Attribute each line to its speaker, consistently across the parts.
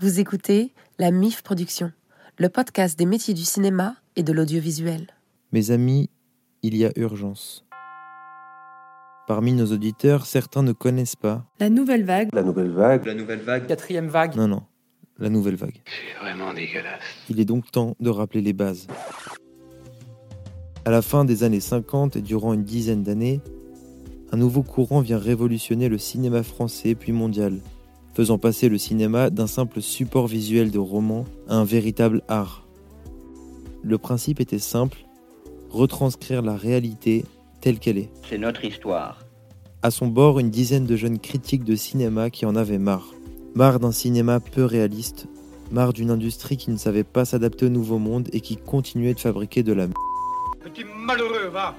Speaker 1: Vous écoutez la MIF Production, le podcast des métiers du cinéma et de l'audiovisuel.
Speaker 2: Mes amis, il y a urgence. Parmi nos auditeurs, certains ne connaissent pas.
Speaker 3: La nouvelle vague.
Speaker 4: La nouvelle vague.
Speaker 5: La nouvelle vague.
Speaker 6: Quatrième vague.
Speaker 2: Non, non, la nouvelle vague.
Speaker 7: C'est vraiment dégueulasse.
Speaker 2: Il est donc temps de rappeler les bases. À la fin des années 50 et durant une dizaine d'années, un nouveau courant vient révolutionner le cinéma français puis mondial, faisant passer le cinéma d'un simple support visuel de roman à un véritable art. Le principe était simple, retranscrire la réalité telle qu'elle est.
Speaker 8: C'est notre histoire.
Speaker 2: À son bord, une dizaine de jeunes critiques de cinéma qui en avaient marre. Marre d'un cinéma peu réaliste, marre d'une industrie qui ne savait pas s'adapter au nouveau monde et qui continuait de fabriquer de la m...
Speaker 9: Petit malheureux, va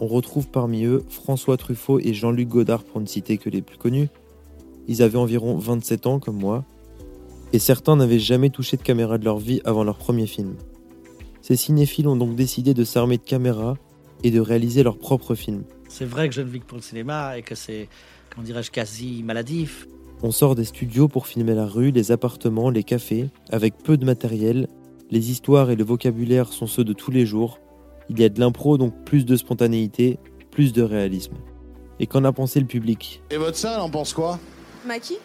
Speaker 2: On retrouve parmi eux François Truffaut et Jean-Luc Godard pour ne citer que les plus connus. Ils avaient environ 27 ans comme moi, et certains n'avaient jamais touché de caméra de leur vie avant leur premier film. Ces cinéphiles ont donc décidé de s'armer de caméras et de réaliser leur propre film.
Speaker 10: C'est vrai que je ne vis que pour le cinéma et que c'est, comment dirais-je, quasi maladif.
Speaker 2: On sort des studios pour filmer la rue, les appartements, les cafés, avec peu de matériel. Les histoires et le vocabulaire sont ceux de tous les jours. Il y a de l'impro, donc plus de spontanéité, plus de réalisme. Et qu'en a pensé le public
Speaker 11: Et votre salle en pense quoi
Speaker 12: Maquis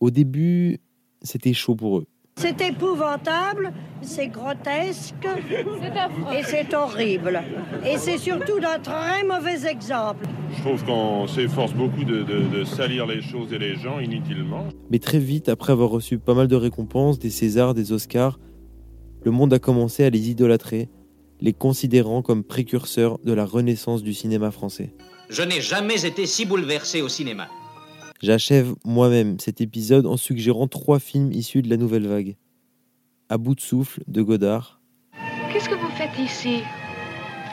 Speaker 2: Au début, c'était chaud pour eux.
Speaker 13: C'est épouvantable, c'est grotesque et c'est horrible. Et c'est surtout d'un très mauvais exemple.
Speaker 14: Je trouve qu'on s'efforce beaucoup de, de, de, salir les choses et les gens inutilement.
Speaker 2: Mais très vite, après avoir reçu pas mal de récompenses, des Césars, des Oscars, le monde a commencé à les idolâtrer, les considérant comme précurseurs de la renaissance du cinéma français.
Speaker 15: Je n'ai jamais été si bouleversé au cinéma.
Speaker 2: J'achève moi-même cet épisode en suggérant trois films issus de la nouvelle vague. À bout de souffle de Godard.
Speaker 16: Qu'est-ce que vous faites ici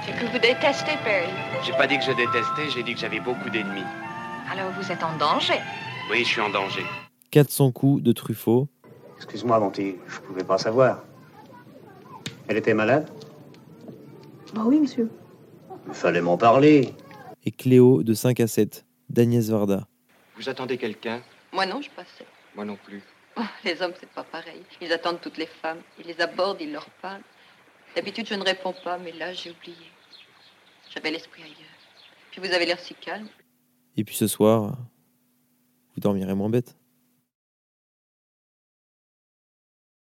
Speaker 16: C'est que vous détestez Perry.
Speaker 17: J'ai pas dit que je détestais, j'ai dit que j'avais beaucoup d'ennemis.
Speaker 16: Alors vous êtes en danger
Speaker 17: Oui, je suis en danger.
Speaker 2: 400 coups de Truffaut.
Speaker 18: Excuse-moi, Monty, je pouvais pas savoir. Elle était malade
Speaker 19: Bah oui, monsieur.
Speaker 18: Il fallait m'en parler.
Speaker 2: Et Cléo de 5 à 7, d'Agnès Varda.
Speaker 20: Vous attendez quelqu'un
Speaker 3: Moi non, je passais.
Speaker 20: Moi non plus.
Speaker 3: Oh, les hommes, c'est pas pareil. Ils attendent toutes les femmes. Ils les abordent, ils leur parlent. D'habitude, je ne réponds pas, mais là, j'ai oublié. J'avais l'esprit ailleurs. Puis vous avez l'air si calme.
Speaker 2: Et puis ce soir, vous dormirez moins bête.